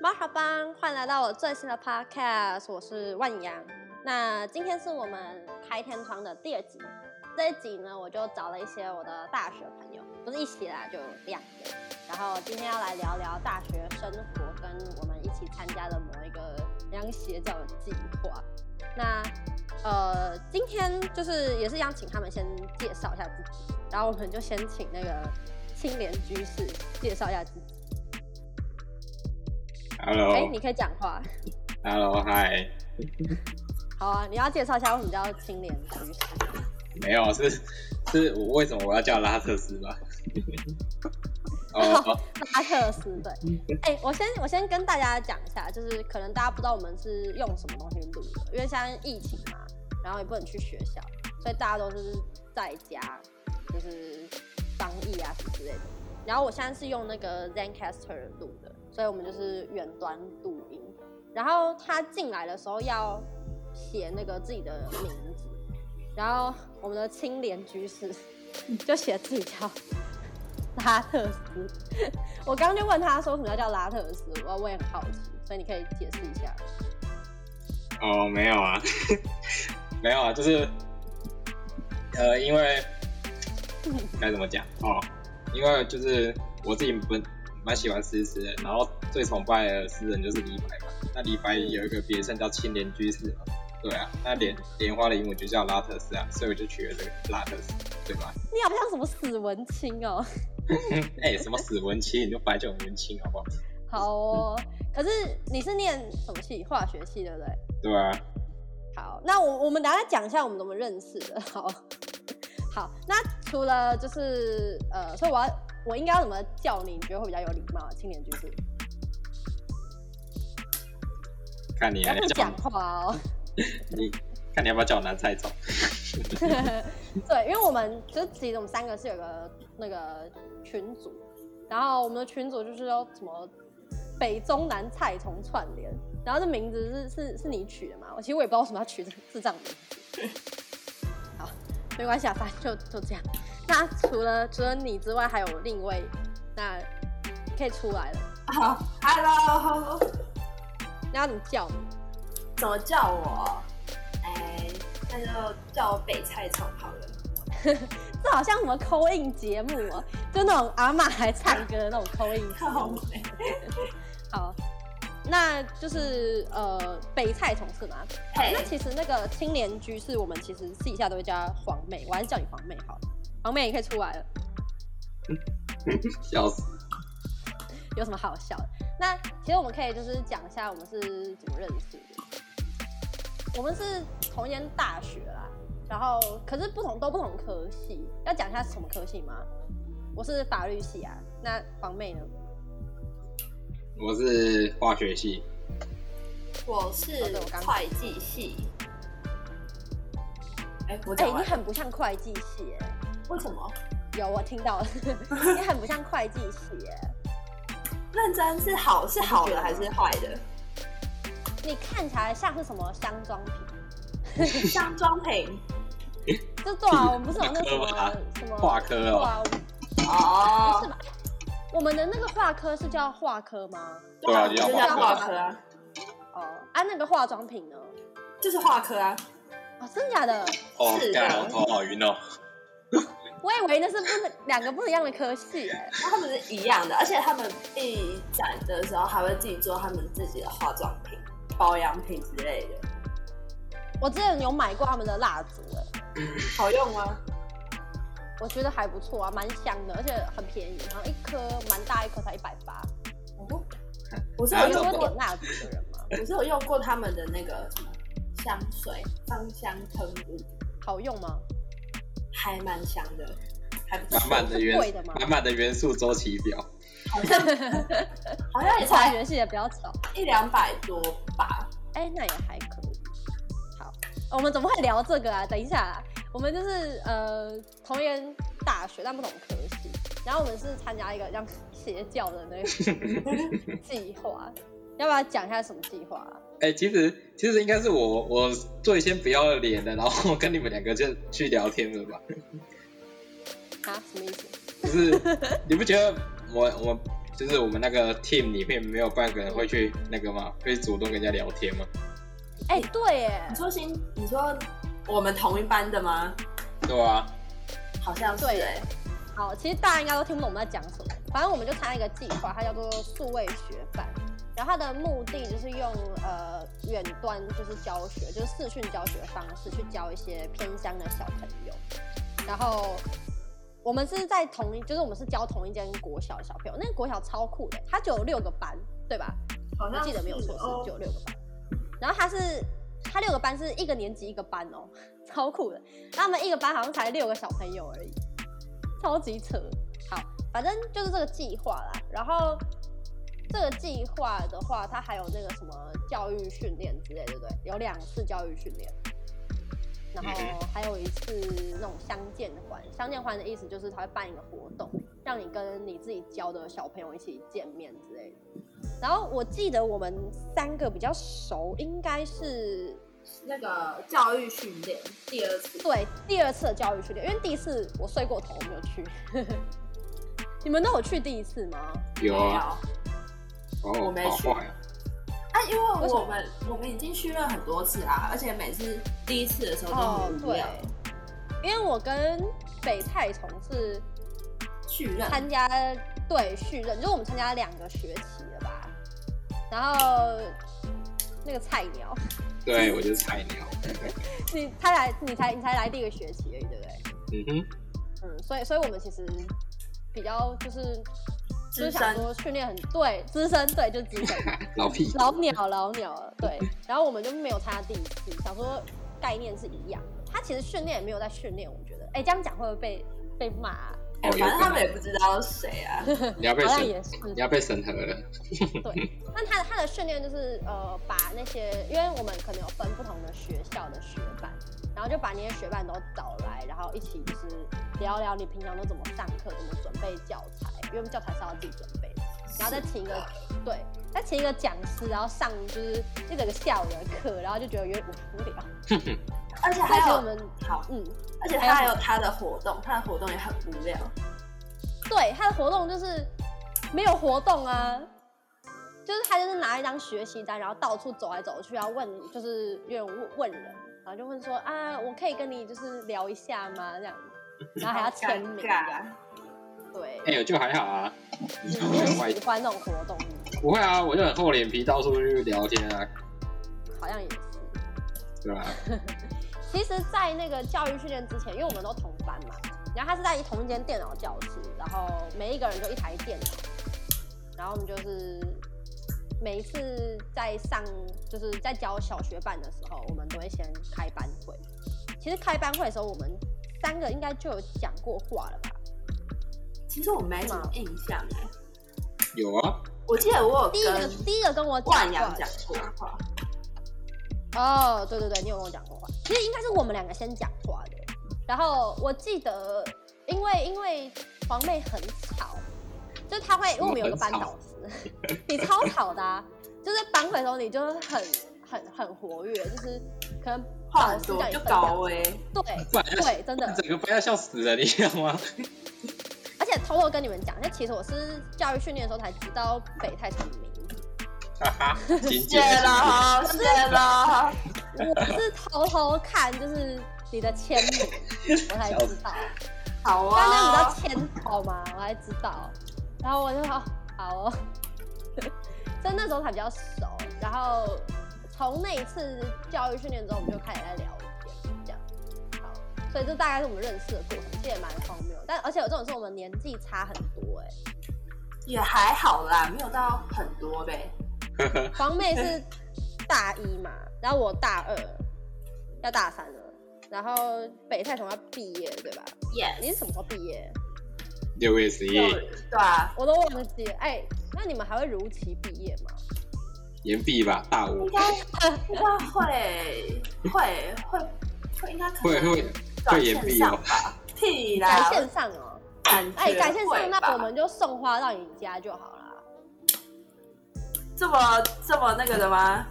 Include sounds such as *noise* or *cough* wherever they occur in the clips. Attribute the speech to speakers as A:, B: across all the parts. A: 马哈班，欢迎来到我最新的 podcast，我是万阳。那今天是我们开天窗的第二集，这一集呢，我就找了一些我的大学朋友，不是一起啦，就两个。然后今天要来聊聊大学生活，跟我们一起参加的某一个凉鞋脚的计划。那呃，今天就是也是一样，请他们先介绍一下自己，然后我们就先请那个青莲居士介绍一下自己。
B: 哦
A: 哎、你可以讲话。
B: Hello，Hello，嗨，
A: 好啊，你要介绍一下为什么叫青莲居士？
B: 没有，是是我为什么我要叫拉特斯吧？ *laughs* 哦哦，
A: 拉特斯对。哎、我先我先跟大家讲一下，就是可能大家不知道我们是用什么东西录的，因为现在疫情嘛，然后也不能去学校，所以大家都是在家，就是防疫啊什么之类的。然后我现在是用那个 ZenCaster 录的，所以我们就是远端录音。然后他进来的时候要写那个自己的名字，然后我们的青莲居士 *laughs* 就写自己叫拉特斯。我刚刚就问他说什么叫拉特斯，我我也很好奇，所以你可以解释一下。
B: 哦，没有啊， *laughs* 没有啊，就是呃，因为该怎么讲哦，因为就是我自己本蛮喜欢诗词的，然后最崇拜的诗人就是李白嘛。那李白有一个别称叫青莲居士嘛，对啊，那莲莲花的英文就叫拉特斯啊，所以我就取了这个拉特斯，对吧？
A: 你好像什么死文青哦。 *laughs*
B: *laughs* 哎、什么死文青，你就白就很文青好不好？
A: 好哦，可是你是念什么系？化学系对不对？
B: 对啊，
A: 好，那我我们等一下再讲一下我们怎么认识的。 *laughs* 好，好，那除了就是呃，所以我要我应该要怎么叫你？你觉得会比较有礼貌？青年居士，
B: 看你
A: 不
B: 啊，
A: 要这
B: 你要
A: 样
B: 叫
A: 讲话哦。
B: 你，看你要不要叫我拿菜走？
A: *laughs* 对，因为我们就是其实我们三个是有个那个群组，然后我们的群组就是有什么北中南菜虫串联，然后这名字是是是你取的嘛？我其实我也不知道为什么要取这个智障名字。好，没关系啊，反正就就这样。那除了除了你之外，还有另一位，那可以出来了。
C: 好，Hello，
A: 那要怎么叫你？
C: 怎么叫我？哎，那就叫我北菜虫好了。
A: 这好像什么扣印节目哦、就那种阿妈来唱歌的那种扣印节
C: 靠
A: 目。
C: 北
A: 好，那就是呃北菜同事嘛。
C: 嘿
A: 那其实那个青莲居是我们其实私底下都会叫她黄妹，我还是叫你黄妹好了。黄妹你可以出来了，
B: 笑死！
A: 有什么好笑的？那其实我们可以就是讲一下我们是怎么认识的。我们是同一间大学啦，然后可是不同都不同科系。要讲一下什么科系吗？我是法律系啊，那黄妹呢？
B: 我是化学系，
C: 我是
A: 哦对我刚
C: 会计系。哎，我
A: 哎、
C: 讲
A: 你
C: 完了
A: 很不像会计系耶、
C: 为什么？
A: 有我听
C: *laughs*
A: 到了，你很不像会计系耶、
C: 认真是好是好的还是坏的？
A: 你看起来像是什么箱装品？
C: 像装瓶
A: 就对啊，我们不是有那什
C: *laughs*
B: 化科吧
A: 么什么
B: 化科
A: 对
B: 哦，
A: 啊，不是
C: 哦，
A: 吧？我们的那个化科是叫化科吗？
B: 对啊，
C: 就
B: 你
C: 叫
B: 要化
C: 化科
B: 科，
C: 啊，
A: 哦，啊，那个化妆品呢？
C: 就是化科啊。
A: 哦，真假的？
B: 哦
C: 是，
B: 干
C: 啊
B: 我头好晕
C: *laughs*
B: 哦，
A: 我以为那是不两个不一样的科系哎、
C: 然后他们是一样的，而且他们一展的时候还会自己做他们自己的化妆品、保养品之类的，
A: 我之前有买过他们的蜡烛哎、
C: 好用吗？
A: 我觉得还不错啊，蛮香的，而且很便宜，好像一颗蛮大一颗才一百八。
C: 哦，我是
A: 你
C: 有
B: 还
A: 是
C: 用
A: 会
C: 过
A: 点，蜡烛的人吗？
C: 我是有用过他们的那个什么香水芳香喷雾，
A: 好用吗？
C: 还蛮香的，还不
B: 满
C: 错，
B: 满的元
A: 是贵的吗
B: 满满的元素周期表，
C: 好像也
A: 化
C: 才
A: 学系也比较少。
C: 一两百多吧。
A: 哎、那也还可以。好，我们怎么会聊这个啊？等一下啊，我们就是呃，同一间大学但不同科系，然后我们是参加一个像邪教的那个计划，要不要讲一下什么计划、啊？
B: 哎、其实其实应该是我我最先不要脸的，然后跟你们两个就去聊天了吧？
A: 啊，什么意思？
B: 就是你不觉得我我就是我们那个 team 里面没有半个人会去那个嘛，会主动跟人家聊天嘛，
A: 哎、对耶
C: 你，说新，你说我们同一班的吗？
B: 对啊，
C: 好像是
A: 对
C: 哎、
A: 好，其实大家应该都听不懂我们在讲什么，反正我们就参加一个计划，它叫做数位学伴。然后它的目的就是用呃远端就是教学，就是视讯教学的方式去教一些偏乡的小朋友。然后我们是在同一，就是我们是教同一间国小的小朋友，那个国小超酷的，它只有六个班，对吧？
C: 好
A: 我
C: 像哦
A: 记得没有错，是只有六个班。然后他是他六个班是一个年级一个班哦，超酷的。他们一个班好像才六个小朋友而已，超级扯。好，反正就是这个计划啦。然后这个计划的话，它还有那个什么教育训练之类，对不对？有两次教育训练。然后
B: 嗯
A: 还有一次那种相见环，相见环的意思就是他会办一个活动，让你跟你自己教的小朋友一起见面之类的。然后我记得我们三个比较熟，应该是
C: 那个教育训练第二次，
A: 对第二次的教育训练，因为第一次我睡过头，我没有去。 *laughs* 你们都有去第一次吗？
B: 有
C: 没有
B: 啊，
C: 啊，
B: 哦，
C: 我没
B: 好
C: 去
B: 坏啊，
C: 因为
A: 为什么
C: 我们我们已经去了很多次啦，而且每次第一次的时候都很无
A: 对
C: 聊，，
A: 哦因为我跟北蔡同是
C: 去认
A: 参加对续任，就是我们参加两个学期了吧，然后那个菜鸟， *laughs*
B: 对
A: 嗯
B: 我就是菜鸟，
A: 你他来你才你才来第一个学期而已，对不对？
B: 嗯哼，
A: 嗯，所以所以我们其实比较就是就是
C: 资
A: 想
C: 深
A: 说训练很对资深对就资深
B: 老屁股，
A: 老鸟老鸟了对，然后我们就没有参加第一次，想说概念是一样的，他其实训练也没有在训练，我觉得哎这样讲会不会被被骂啊？
C: 哎
B: 哦，有
C: 反正他
B: 可
C: 们也不知道谁啊，
B: 能你要被
A: 好像
B: 审，
A: 也是。
B: 你要被审核了，
A: 对，那他他的训练就是呃，把那些，因为我们可能有分不同的学校的学伴，然后就把那些学伴都找来，然后一起就是聊聊你平常都怎么上课，怎么准备教材，因为我们教材是要自己准备的，然后再啊请一个对，再请一个讲师，然后上就是一整个下午的课，然后就觉得有点无聊。
C: 而且
A: 所以
C: 还
A: 其实我
C: 有
A: 们
C: 好，
A: 嗯，
C: 而且他还有他的活动，他的活动也很无聊，
A: 对，他的活动就是没有活动啊，就是他就是拿一张学习单，然后到处走来走去，然后问，就是有点问问人，然后就问说啊，我可以跟你就是聊一下吗？这样子，然后还要签名这样，
C: 尴尬
A: 对，
B: 哎、我就还好啊，你
A: 你
B: 说我很
A: 很
B: 坏
A: 喜欢那种活动，
B: 不会啊，我就很厚脸皮到处去聊天啊，
A: 好像也是。
B: 对吧、
A: 其实，在那个教育训练之前，因为我们都同班嘛，然后他是在同一间电脑教室，然后每一个人就一台电脑，然后我们就是每一次在上就是在教小学班的时候，我们都会先开班会。其实开班会的时候，我们三个应该就有讲过话了吧？
C: 其实我没什么印象哎，
B: 有啊，
C: 我记得我
A: 第一
C: 有
A: 个
C: 跟
A: 第一个跟我讲
C: 万
A: 话
C: 阳
A: 的
C: 讲过话，
A: 哦，对对对，你有跟我讲过话。其实应该是我们两个先讲话的。然后我记得，因为因为黄妹很吵，就是她会，因为我们有一个班导师， *laughs* 你超吵的、啊，就是班会的时候你就很很很活跃，就是可能
C: 话
A: 导
C: 很
A: 师
C: 多
A: 叫你
C: 就
A: 分
C: 高
A: 享，
C: 危，
A: 对
B: 不然就
A: 对，真的，
B: 整个班要笑死了，你知道吗？
A: 而且偷偷跟你们讲，那其实我是教育训练的时候才知道北太成名，
B: 哈
A: *laughs*
B: 哈，金姐
C: 谢，了谢了，
A: 我是偷偷看就是你的签 *laughs* 名，我才知道。
C: 好
A: 但那样
C: 啊，
A: 比较欠好嘛，我还知道。然后我就好好哦， *laughs* 所以那时候才比较熟。然后从那一次教育训练之后，我们就开始在聊天，这样。好，所以这大概是我们认识的过程，其实也蛮荒谬。但而且有这种是我们年纪差很多哎、
C: 也还好啦，没有到很多呗，
B: 呵呵，
A: 黄妹是大一嘛，然后我大二，要大三了。然后北泰同要毕业对吧？
C: 耶，
A: 你是什么时候毕业？
B: 六月十一
C: 对啊，
A: 我都忘记了。哎，那你们还会如期毕业吗？
B: 延毕吧，大五
C: 应该应该会会会会应该可
B: 会
C: 能
B: 会
C: 转
B: 会延
C: 线
B: 毕
C: 上
B: 哦
C: 吧，屁啦，
A: 改线上哦。
C: 感觉
A: 哎、改线
C: 会
A: 上，那
C: 吧
A: 我们就送花到你家就好啦。
C: 这么这么那个的吗？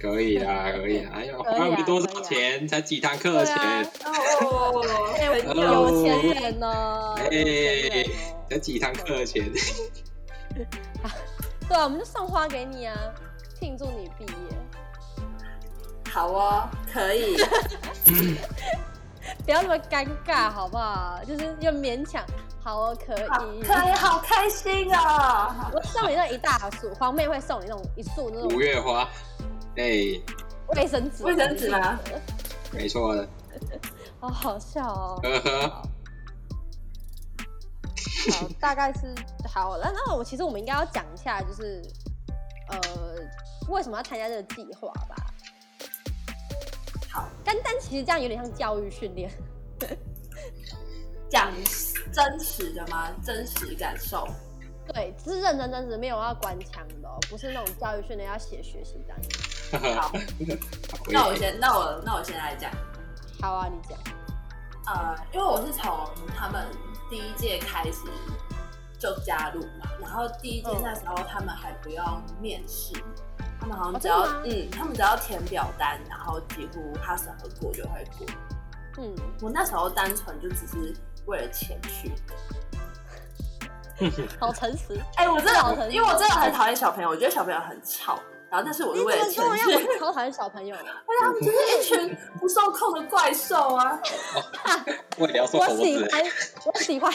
B: 可以啦，可以啦，哎呦，
A: 可以啊
B: 花没多
A: 可
B: 少
A: 以啊
B: 钱，才几堂课的
A: 对啊
B: 钱，
C: 哦，
A: 哎、我们
B: Hello
A: 哦有钱人呢、
B: 哎
A: 有钱人哦
B: 才几堂课的钱，
A: 对啊，我们就送花给你啊，庆祝你毕业。
C: 好哦，可以，
A: 不要那么尴尬好不好？就是又勉强，好哦，可
C: 好
A: 以。
C: 可以，好开心哦！
A: 我送你那一大束，黄妹会送你那种一束那种
B: 五月花，哎、
A: 卫生纸，
C: 卫生纸吗？
B: 没错的，
A: 好好笑哦。
B: 呵呵，
A: 好，大概是好。那那我其实我们应该要讲一下，就是呃，为什么要参加这个计划吧？
C: 好，
A: 但但其实这样有点像教育训练。 *laughs*
C: 讲真实的吗？真实感受。
A: 对，是认真真实，没有要官腔的、哦，不是那种教育训练要写学习单。
B: 呵呵，
C: 好，
B: 我
C: 那我
B: 也
C: 先，那我那我先来讲。
A: 好啊，你讲。
C: 呃，因为我是从他们第一届开始就加入嘛，然后第一届
A: 嗯
C: 那时候他们还不用面试，他们好
A: 哦
C: 像只要、
A: 真的吗
C: 嗯，他们只要填表单，然后几乎他审核过就会过。
A: 嗯，
C: 我那时候单纯就只是为了钱去，
A: 好诚实。
C: 哎、我真
A: 好
C: 的，
A: 疼
C: 因为我真的很讨厌小朋友，我觉得小朋友很吵。然后，但是我
A: 你
C: 是
A: 怎么
C: 为了
A: 跟
C: 钱
A: 我一
C: 去，
A: 样？
C: 而
A: 我超讨厌小朋友啊的。
C: 且他们就是一群不受控的怪兽啊！
B: 我也聊说
A: 我
B: 猴
A: 喜
B: 子，
A: 欢，我喜欢，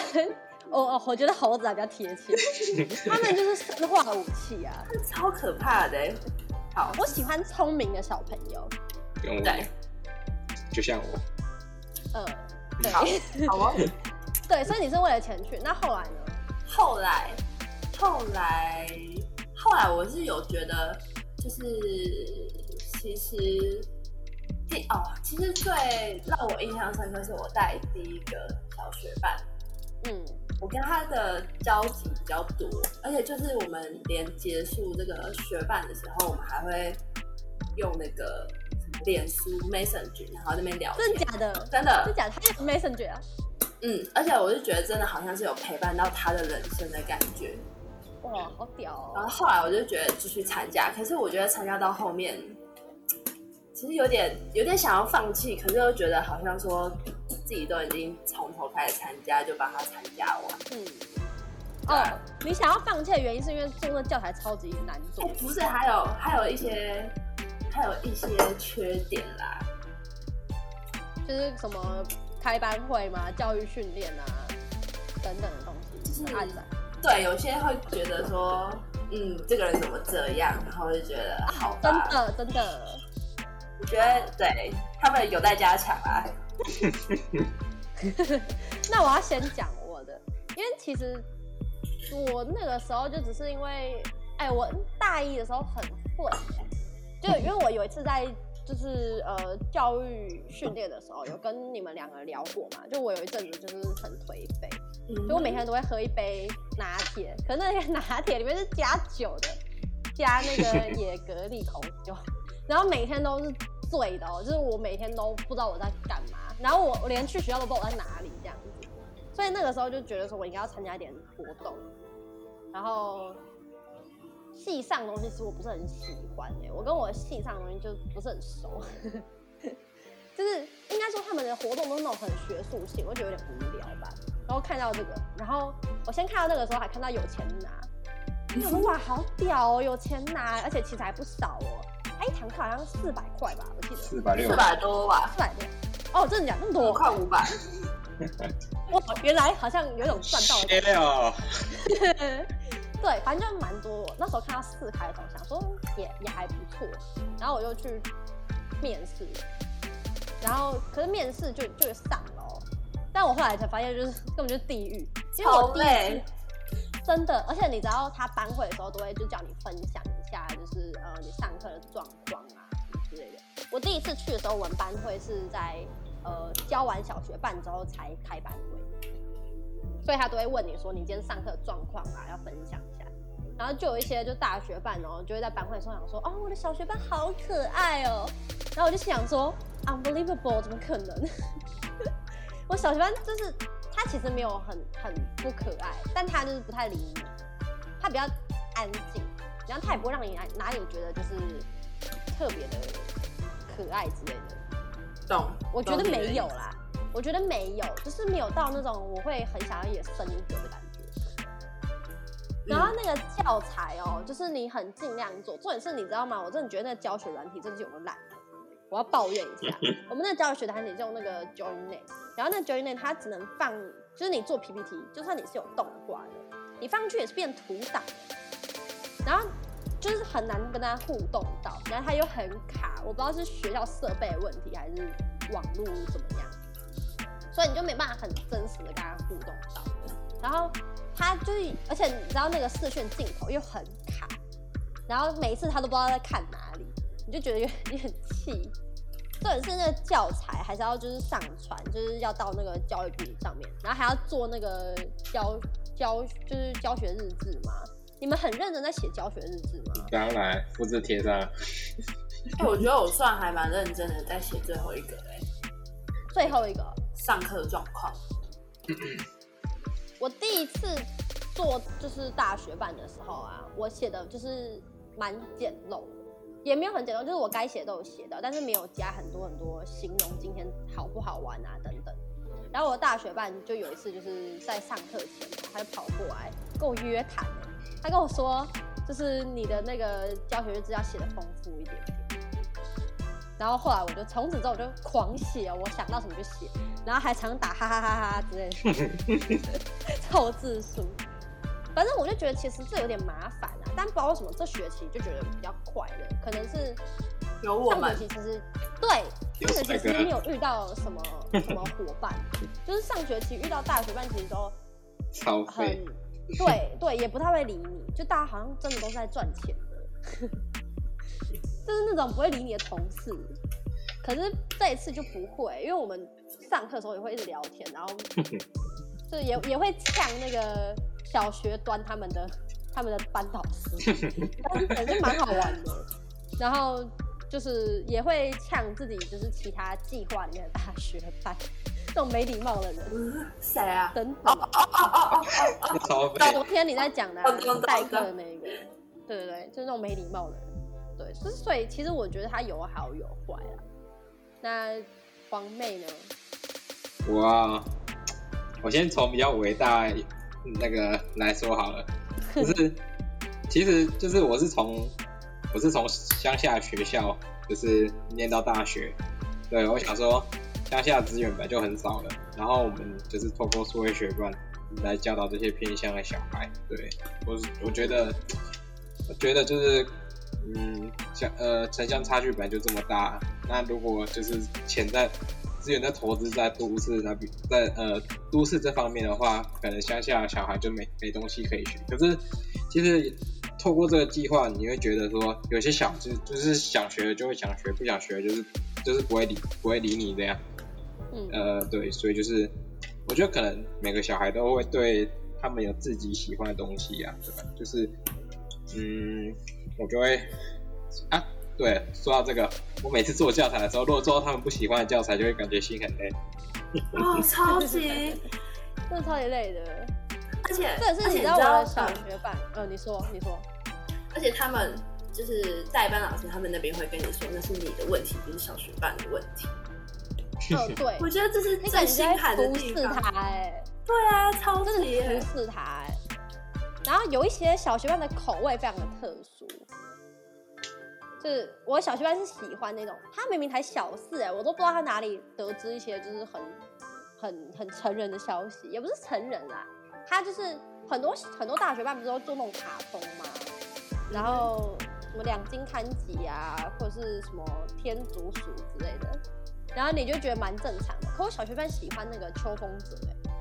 A: 哦哦，我觉得猴子还比较贴切，他们就是生化武器啊。
C: 超可怕的、欸。好，
A: 我喜欢聪明的小朋友，
B: 跟我一
C: 对
B: 样，就像我，
A: 呃，
C: 好
A: 对
C: 好 *laughs* 哦。
A: *laughs* 对，所以你是为了钱去，那后来呢？
C: 后来，后来，后来，我是有觉得，就是其实第哦，其实最让我印象深刻是我带第一个小学班，
A: 嗯，
C: 我跟他的交集比较多，而且就是我们连结束这个学伴的时候，我们还会用那个什么脸书 Messenger，然后在那边聊天
A: 真的假的？
C: 真的
A: 真，假的？他也 messenger 啊？
C: 嗯，而且我就觉得真的好像是有陪伴到他的人生的感觉。
A: 哇，好屌
C: 然后
A: 哦！
C: 后来我就觉得继续参加，可是我觉得参加到后面，其实有点有点想要放弃，可是又觉得好像说自己都已经从头开始参加，就把它参加完。
A: 嗯，哦，你想要放弃的原因是因为做那教材超级难做
C: 哎，，不是，还有还有一些还有一些缺点啦。
A: 就是什么开班会嘛、教育训练啊等等的东西，
C: 就是
A: 案子啊
C: 对，有些会觉得说，嗯，这个人怎么这样，然后就觉得好
A: 真
C: 吧，
A: 的真的。
C: 我觉得对他们有待加强啊。
A: 那我要先讲我的，因为其实我那个时候就只是因为，哎、我大一的时候很混，就因为我有一次在就是呃教育训练的时候，有跟你们两个聊过嘛，就我有一阵子就是很颓废，
C: 嗯
A: 就我每天都会喝一杯拿铁，可那个 *laughs* 拿铁里面是加酒的，加那个野格利红酒，然后每天都是醉的哦，就是我每天都不知道我在干嘛，然后我我连去学校都不知道我在哪里这样子，所以那个时候就觉得说我应该要参加一点活动，然后系上的东西其实我不是很喜欢哎、我跟我系上的东西就不是很熟。 *laughs* 就是应该说他们的活动都是那种很学术性，我觉得有点无聊吧。然后看到这个，然后我先看到那个时候还看到有钱拿，我想说哇好屌哦，有钱拿，而且其实还不少哦。哎，一堂课好像四百块吧，我记得四
B: 四百六
C: 四，百多吧，
A: 百六。哦，真的假的？那么
C: 我
A: 多？
C: 快五百。
A: 哇，原来好像有一种赚到的
B: 切了，
A: *laughs* 对，反正就蛮多。那时候看到四开头，想说也也还不错，然后我就去面试，然后可是面试就就上了哦，但我后来才发现就是根本就是地狱，因为我
C: 超
A: 第一
C: 累
A: 次真的，而且你知道他班会的时候都会就叫你分享一下，就是呃你上课的状况啊什么之类的。我第一次去的时候，我们班会是在呃教完小学半之后才开班会。所以他都会问你说你今天上课的状况啊，要分享一下。然后就有一些就大学班哦，就会在班会上想说，哦，我的小学班好可爱哦。然后我就心想说，unbelievable，怎么可能？ *laughs* 我小学班就是他其实没有很很不可爱，但他就是不太理你，他比较安静，然后他也不会让你来哪里觉得就是特别的可爱之类的。
C: 懂，
A: 我觉得
C: 懂你的
A: 没
C: 意
A: 有
C: 思
A: 啦，我觉得没有，就是没有到那种我会很想要也生一个的感觉。然后那个教材哦，就是你很尽量做，重点是你知道吗？我真的觉得那个教学软体真的是有个烂，我要抱怨一下。我们那个教学软体就用那个 Journey，然后那 Journey 它只能放，就是你做 PPT，就算你是有动画的，你放上去也是变图档的，然后就是很难跟它互动到，然后它又很卡，我不知道是学校设备的问题还是网络怎么样，所以你就没办法很真实的跟它互动到。然后他就是，而且你知道那个视讯镜头又很卡，然后每一次他都不知道在看哪里，你就觉得有有点气。重点是那个教材还是要就是上传，就是要到那个教育部上面，然后还要做那个教教就是教学日志嘛。你们很认真在写教学日志吗？
B: 当然复制贴上，
C: 哎、我觉得我算还蛮认真的在写最后一个哎、
A: 最后一个，
C: 上课状况。
A: 我第一次做就是大学办的时候啊，我写的就是蛮简陋的，也没有很简陋，就是我该写都有写到，但是没有加很多很多形容今天好不好玩啊等等。然后我的大学办就有一次就是在上课前，他就跑过来跟我约谈，他跟我说就是你的那个教学日志要写的丰富一点点。然后后来我就从此之后我就狂写哦，我想到什么就写，然后还常打哈哈哈哈之类的。凑字数。反正我就觉得其实这有点麻烦啊，但不知道为什么这学期就觉得比较快乐，可能是
C: 有我
A: 上
C: 们
A: 学期其实对
B: 有
A: 上学期其
B: 帅
A: 实
B: 哥
A: 没有遇到什么什么伙伴，就是上学期遇到大学伴其实都
B: 超
A: 很
B: 费，
A: 对对，也不太会理你，就大家好像真的都是在赚钱的，就是那种不会理你的同事。可是这一次就不会，因为我们上课的时候也会一直聊天，然后就也也会呛那个小学端他们的他们的班导师，但是反正蛮好玩的。然后就是也会呛自己，就是其他计划里面的大学班这种没礼貌的人
C: 嗯谁啊？
A: 等等。
B: 超费，
A: 昨天你在讲的啊
C: 懂哦懂懂
A: 代课的那一个，对对对，就是那种没礼貌的人，对，就是所以其实我觉得他有好有坏啊。那黄妹呢？
B: 哇！我先从比较伟大那个来说好了，就是其实就是我是从我是从乡下学校就是念到大学，对我想说乡下资源本来就很少了，然后我们就是透过数位学办来教导这些偏乡的小孩，对我我觉得我觉得就是嗯，像呃城乡差距本来就这么大，那如果就是潜在资源在投资在都市那边，在呃都市这方面的话，可能乡下的小孩就没没东西可以学。可是其实透过这个计划，你会觉得说有些小就就是想学的就会想学，不想学的就是就是不会理不会理你这样。
A: 嗯，
B: 呃，对，所以就是我觉得可能每个小孩都会对他们有自己喜欢的东西啊，对吧？就是嗯，我就会啊，对，说到这个，我每次做教材的时候，如果做到他们不喜欢的教材，就会感觉心很累。
C: 哦，
A: *laughs*
C: 超级，
A: 真的超级累的。
C: 而且
A: 这也是
C: 而
A: 你
C: 且
A: 知道我的
C: 嗯
A: 小学版，呃，你说你说，
C: 而且他们就是代班老师，他们那边会跟你说那是你的问题，不是小学办的问题。
A: 哦对，
C: 我觉得这是
A: 那个
C: 最
A: 你
C: 心
A: 在
C: 寒的
A: 服
C: 地
A: 侍
C: 方。
A: 他哎、
C: 对啊，超
A: 真的
C: 级
A: 是服侍他哎、然后有一些小学班的口味非常的特殊，就是我小学班是喜欢那种，他明明才小四哎、我都不知道他哪里得知一些就是很很很成人的消息，也不是成人啦，他就是很多很多大学班不是都做那种卡通吗？然后什么两金刊集啊，或者是什么天竺鼠之类的，然后你就觉得蛮正常的。可我小学班喜欢那个秋风者、欸，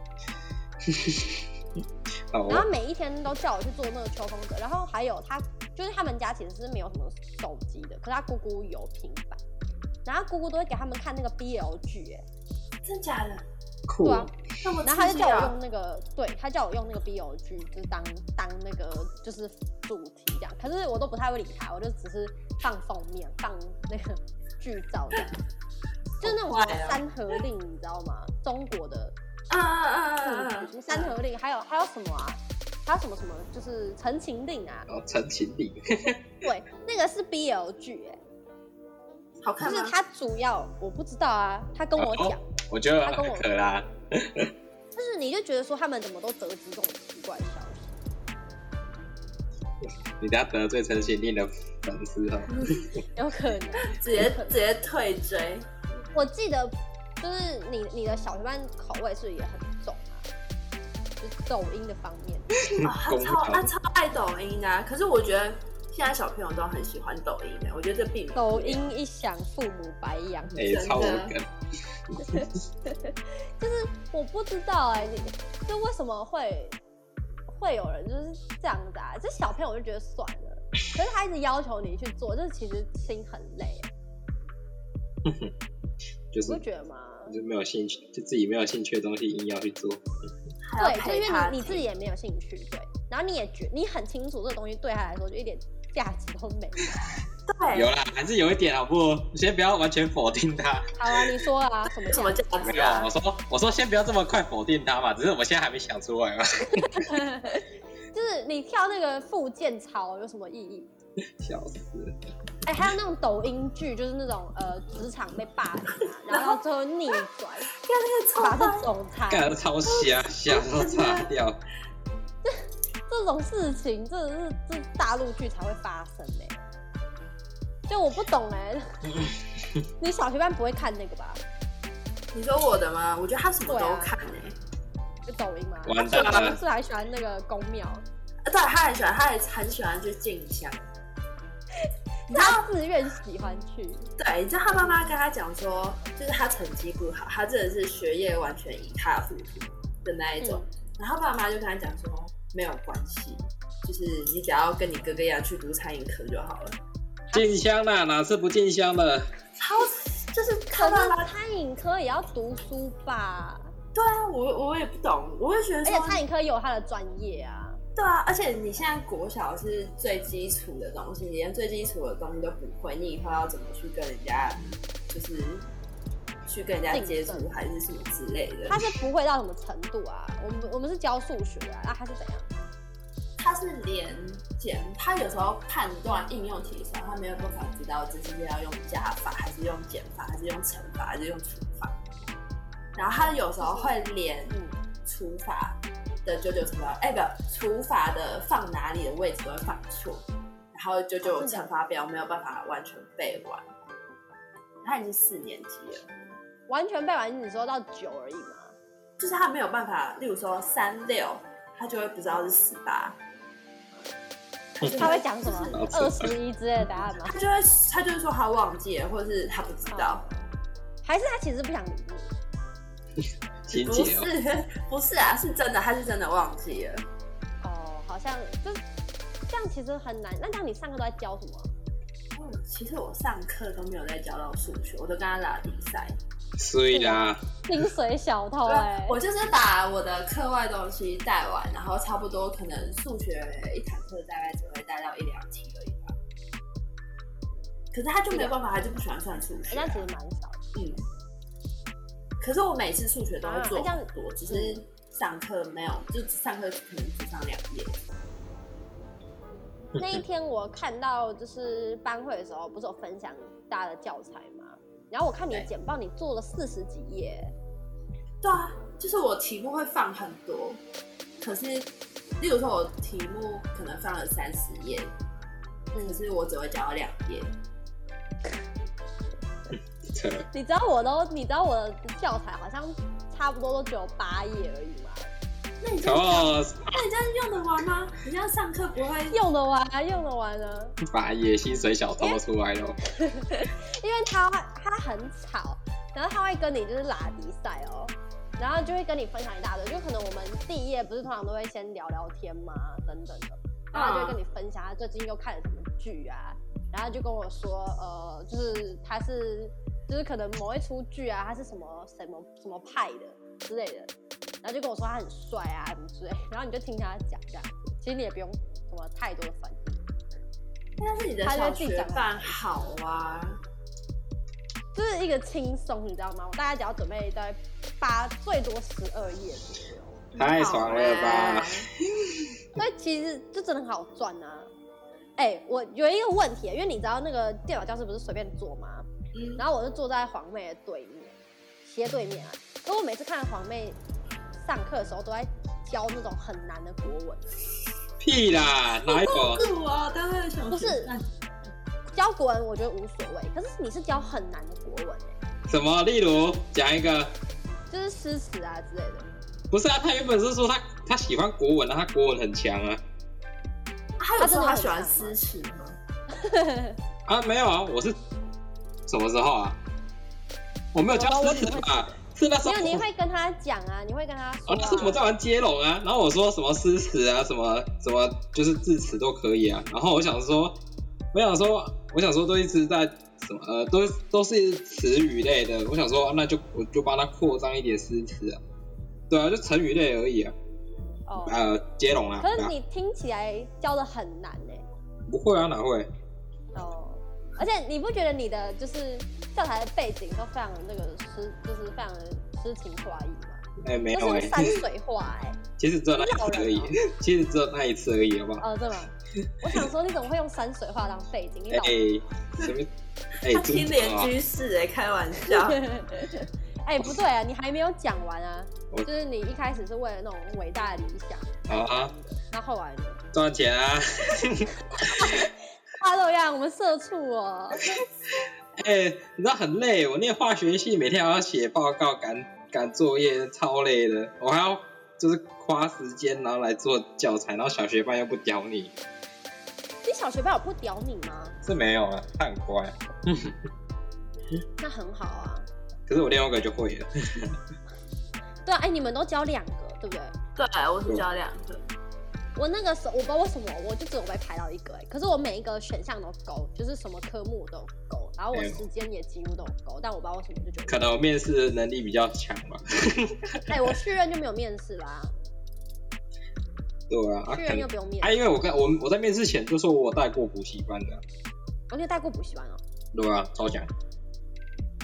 B: 好，
A: 然后每一天都叫我去做那个秋风者，然后还有他就是他们家其实是没有什么手机的，可是他姑姑有平板，然后姑姑都会给他们看那个 BL 剧、欸，
C: 真假的？
B: 酷
A: 对啊
C: 那么
A: 然后他
C: 哦刺
A: 就
C: 激
A: 叫我
C: 啊
A: 用！那个，对他叫我用那个 BL 剧，就是当当那个就是主题这样，可是我都不太会理他，我就只是放封面，放那个剧照这样，就是那种
C: 好
A: 什
C: 坏
A: 么
C: 哦
A: 三合令，你知道吗？中国的
C: 啊啊啊啊
A: 嗯，
C: 啊
A: 什！么三合令，还有还有什么啊？还有什么什么，就是《陈情令》啊，
B: 哦，陈情令，
A: 对，那个是 BL 剧、欸，
C: 啊好
A: 哎，
C: 看
A: 就
C: 吗
A: 是？他主要我不知道啊，他跟我讲，
B: 我觉得
A: 他跟我
B: 可啦，
A: 就是你就觉得说他们怎么都得知这种奇怪的消息，
B: 你等下得罪陈贤定的粉丝哦。
A: 有可能。
C: *laughs* 直接直接退追。
A: 我记得就是你你的小学班口味是不是也很重啊？就是抖音的方面，
C: 啊，他
B: 公
C: 超
B: 投
C: 他超爱抖音的啊、可是我觉得现在小朋友都很喜欢抖音的、欸我觉得这并不
A: 抖音一响，父母白养。
B: 哎、超无
C: 真的
B: 梗。
A: 就是我不知道哎、你就为什么会会有人就是这样子啊？这小朋友我就觉得算了，可是他一直要求你去做，就是其实心很累，
B: 就
A: 你
B: 是
A: 不觉得吗？
B: 就没有兴趣，就自己没有兴趣的东西硬要去做。
C: 还要
A: 对，就
C: 陪
A: 因
C: 他
A: 为你你自己也没有兴趣，对，然后你也觉你很清楚这个东西对他来说就一点价值都没有。
B: 有
A: 哎
C: 对
B: 啦，还是有一点好不好？先不要完全否定他。
A: 好啊，你说啊，什么
C: 什么
A: 价值
B: *laughs*
C: 价
B: 没
C: 值
B: 有，
A: *laughs*
C: 啊
B: 我？说我说先不要这么快否定他嘛，只是我现在还没想出来嘛。 *laughs*
A: *laughs* 就是你跳那个复健操有什么意义？
B: 笑死！
A: 哎、还有那种抖音剧，就是那种呃职场被霸凌、啊，然后最后逆 *laughs* 转，
C: 看那
A: 把
C: 个超大
A: 这总裁
B: 干得超瞎，瞎到炸
A: *laughs*
B: 掉。
A: 这种事情，真的是这大陆剧才会发生哎、就我不懂哎、你小学班不会看那个吧？
C: 你说我的吗？我觉得他什么
A: 对
C: 都
A: 啊
C: 看哎、
A: 就抖音吗？
B: 完
A: 他
B: 蛋了
A: 是不是还喜欢那个宫庙？
C: 啊对，他很喜欢，他也很喜欢去进香。你
A: 是
C: 知
A: 他
C: 道
A: 自愿喜欢去，
C: 对，你知道他妈妈跟他讲说，就是他成绩不好，他真的是学业完全一塌糊涂的那一种。
A: 嗯
C: 然后爸妈就跟他讲说，没有关系，就是你只要跟你哥哥一样去读餐饮课就好了。
B: 进香啦，哪是不进香的？
C: 超就是
A: 可
C: 看到
A: 是
C: 他，
A: 餐饮科也要读书吧？
C: 对啊，我我也不懂，我会觉得
A: 而且
C: 说，
A: 餐饮科有他的专业啊。
C: 对啊，而且你现在国小是最基础的东西，你连最基础的东西都不会，你以后要怎么去跟人家，就是去跟人家接触
A: 竞争
C: 还是什么之类的？
A: 他是不会到什么程度啊？我们我们是教数学啊，那他是怎样？
C: 他是连简，他有时候判断应用题的时候，他没有办法知道这是要用加法，还是用减法，还是用乘法，还是用除法。然后他有时候会连
A: 嗯，
C: 除法的九九乘法，哎、不，除法的放哪里的位置都会放错，然后九九
A: 哦是的
C: 乘法表没有办法完全背完。他已经四年级了，
A: 完全背完你说到九而已嘛。
C: 就是他没有办法，例如说三六，他就会不知道是十八。就
A: 他会讲什么
B: 老师
A: 二十一之类的答案吗？
C: 他就会他就会说他忘记了，或者是他不知
B: 哦
C: 道，
A: 还是他其实不想理你？
B: 情
C: 不
B: 节哦，
C: 是 *laughs* 不是啊，是真的，他是真的忘记了。
A: 哦，好像这这样其实很难。那这样你上课都在教什么？
C: 嗯其实我上课都没有在教到数学，我都跟他打比赛。
B: 所以啦，
A: 薪水小偷
C: 对啊
A: 哎、
C: 我就是把我的课外东西带完，然后差不多可能数学一堂课大概只会带到一两题而已吧。可是他就没有办法，他就不喜欢算数学啊、
A: 哎那其实蛮少的。
C: 嗯。可是我每次数学都会做
A: 啊那这样
C: 很多，只是上课没有，就只上课可能只上两页。
A: 那一天我看到就是班会的时候，不是有分享大家的教材吗？然后我看你的
C: 对
A: 简报，你做了四十几页，
C: 对啊，就是我题目会放很多，可是，例如说我题目可能放了三十页，可
A: 嗯，
C: 是我只会讲到两页。
B: 扯。
A: 你知道我都，你知道我的教材好像差不多都只有八页而已嘛，
C: 那你这样，
B: 哦，
C: 那你这样用得完吗？你这样上课不会？
A: 用得完啊，用得完啊。
B: 把野薪水小偷出来了。
A: 因为他他很吵，然后他会跟你就是拉比赛哦，然后就会跟你分享一大堆，就可能我们第一页不是通常都会先聊聊天嘛，等等的，然后他就会跟你分享他最近又看了什么剧啊，然后就跟我说，呃，就是他是就是可能某一出剧啊，他是什么什么什么派的之类的，然后就跟我说他很帅啊什么之类，然后你就听他讲这样子，其实你也不用什么太多的反应。
C: 但是你的
A: 他就会
C: 小
A: 自己
C: 学
A: 讲
C: 办好啊，
A: 就是一个轻松，你知道吗？我大概只要准备大概八，最多十二页左右，哎
B: 太爽了吧
C: 好啊！
A: 所以其实就真的很好赚啊。哎、我有一个问题，因为你知道那个电脑教室不是随便坐吗？
C: 嗯，
A: 然后我就坐在黄妹的对面，斜对面啊。可我每次看黄妹上课的时候，都在教那种很难的国文，
B: 屁啦，哪有？
C: 酷哦，单位的小
A: 不是
C: 学啊生
A: 教国文我觉得无所谓，可是你是教很难的国文哎、
B: 什么？例如讲一个，
A: 就是诗词啊之类的。
B: 不是啊，他原本是说他他喜欢国文啊，他国文很强啊。
C: 他
A: 他
C: 有
A: 真
C: 说
A: 的
C: 他
A: 很
C: 喜欢
A: 强
C: 诗词吗？
B: 啊，没有啊，我是什么时候啊？我没有教
A: 哦我我
B: 诗
A: 只
B: 词
A: 会
B: 吧？啊是那时
A: 没
B: 候
A: 有，你
B: 我。
A: 会跟他讲啊，你会跟他说、
B: 哦，
A: 啊。
B: 那时候我们在玩接龙啊，然后我说什么诗词啊，什么什么就是字词都可以啊。然后我想说，我想说，我想说都一直在什么呃，都都是词语类的。我想说，啊那就我就帮他扩张一点诗词啊，对啊，就成语类而已啊，
A: 哦，
B: 呃，接 *laughs* 龙啊，
A: 可
B: 对
A: 是
B: 啊
A: 你听起来教的很难哎、
B: 不会啊，哪会？
A: 哦，而且你不觉得你的就是教材的背景都非常的那个诗，就是非常的诗情画意吗？
B: 哎、没有
A: 就
B: 哎、
A: 是山水画哎、
B: 其实只有那一次而
A: 很
B: 已
A: 老，
B: 其实只有那一次而已，好不好？
A: 哦，对吗？我想说你怎么会用山水画当背景？你
B: 哎、
A: 老
B: 什么？哎、
C: 他
B: 尊
C: 听
B: 重
C: 连
B: 啊
C: 居士哎，开玩
A: *laughs*
C: 笑。
A: 哎、不对啊，你还没有讲完啊！
B: 我
A: 就是你一开始是为了那种伟大的理想，
B: 好啊，
A: 那后来呢？
B: 赚钱啊！
A: 哈喽啊呀，我们社畜
B: *laughs*
A: 哦，
B: 哎、你知道很累，我念化学系每天还要写报告、赶赶作业，超累的。我还要就是花时间，然后来做教材，然后小学班又不屌你，
A: 你小学班有不屌你吗？
B: 是没有啊，他很乖。
A: 那很好啊。
B: 可是我另外一个就会了，
A: 对啊，哎、你们都教两个，对不对？
C: 对，啊我是教两
B: *laughs*
C: 个。
A: 我那个时候我不知道为什么，我就只有被排到一个、哎，可是我每一个选项都勾，就是什么科目我都有勾，然后我
B: 哎呦
A: 时间也几乎都有勾，但我不知道为什么就觉
B: 可
A: 得，
B: 能我面试能力比较强吧。
A: 哎、我续任就没有面试啦，
B: 对啊，啊
A: 续
B: 可
A: 任
B: 能
A: 又不用面
B: 啊，
A: 试，
B: 因为我跟我我在面试前就说我有带过补习班的，
A: 我你有带过补习班哦，
B: 对啊，超强。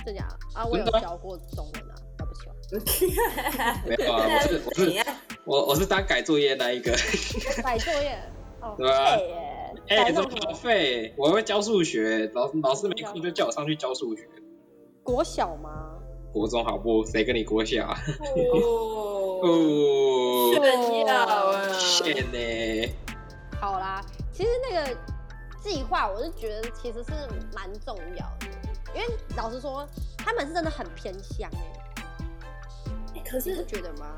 A: 真假的啊？我有
B: 真的啊
A: 教过中文啊，对不
B: *laughs*
A: 起哦，
B: 没有啊，我是我
C: 怎 *laughs*
B: 是
C: 样？
B: 我我是当改作业那一个。
A: 改作业哦，
B: 对啊
A: 废耶，
B: 哎、
A: 改
B: 怎
A: 那
B: 么
A: 种什
B: 好
A: 么
B: 废？我会教数学，老老师没空就叫我上去教数学。
A: 国小吗？
B: 国中好不？谁跟你国小啊？
C: 哦，
B: 哦，
C: 炫耀啊！
B: 线呢？
A: 好啦，其实那个计划，我是觉得其实是蛮重要的，因为老实说，他们是真的很偏乡哎、
C: 哎可
A: 你不
C: 是，
A: 觉得吗？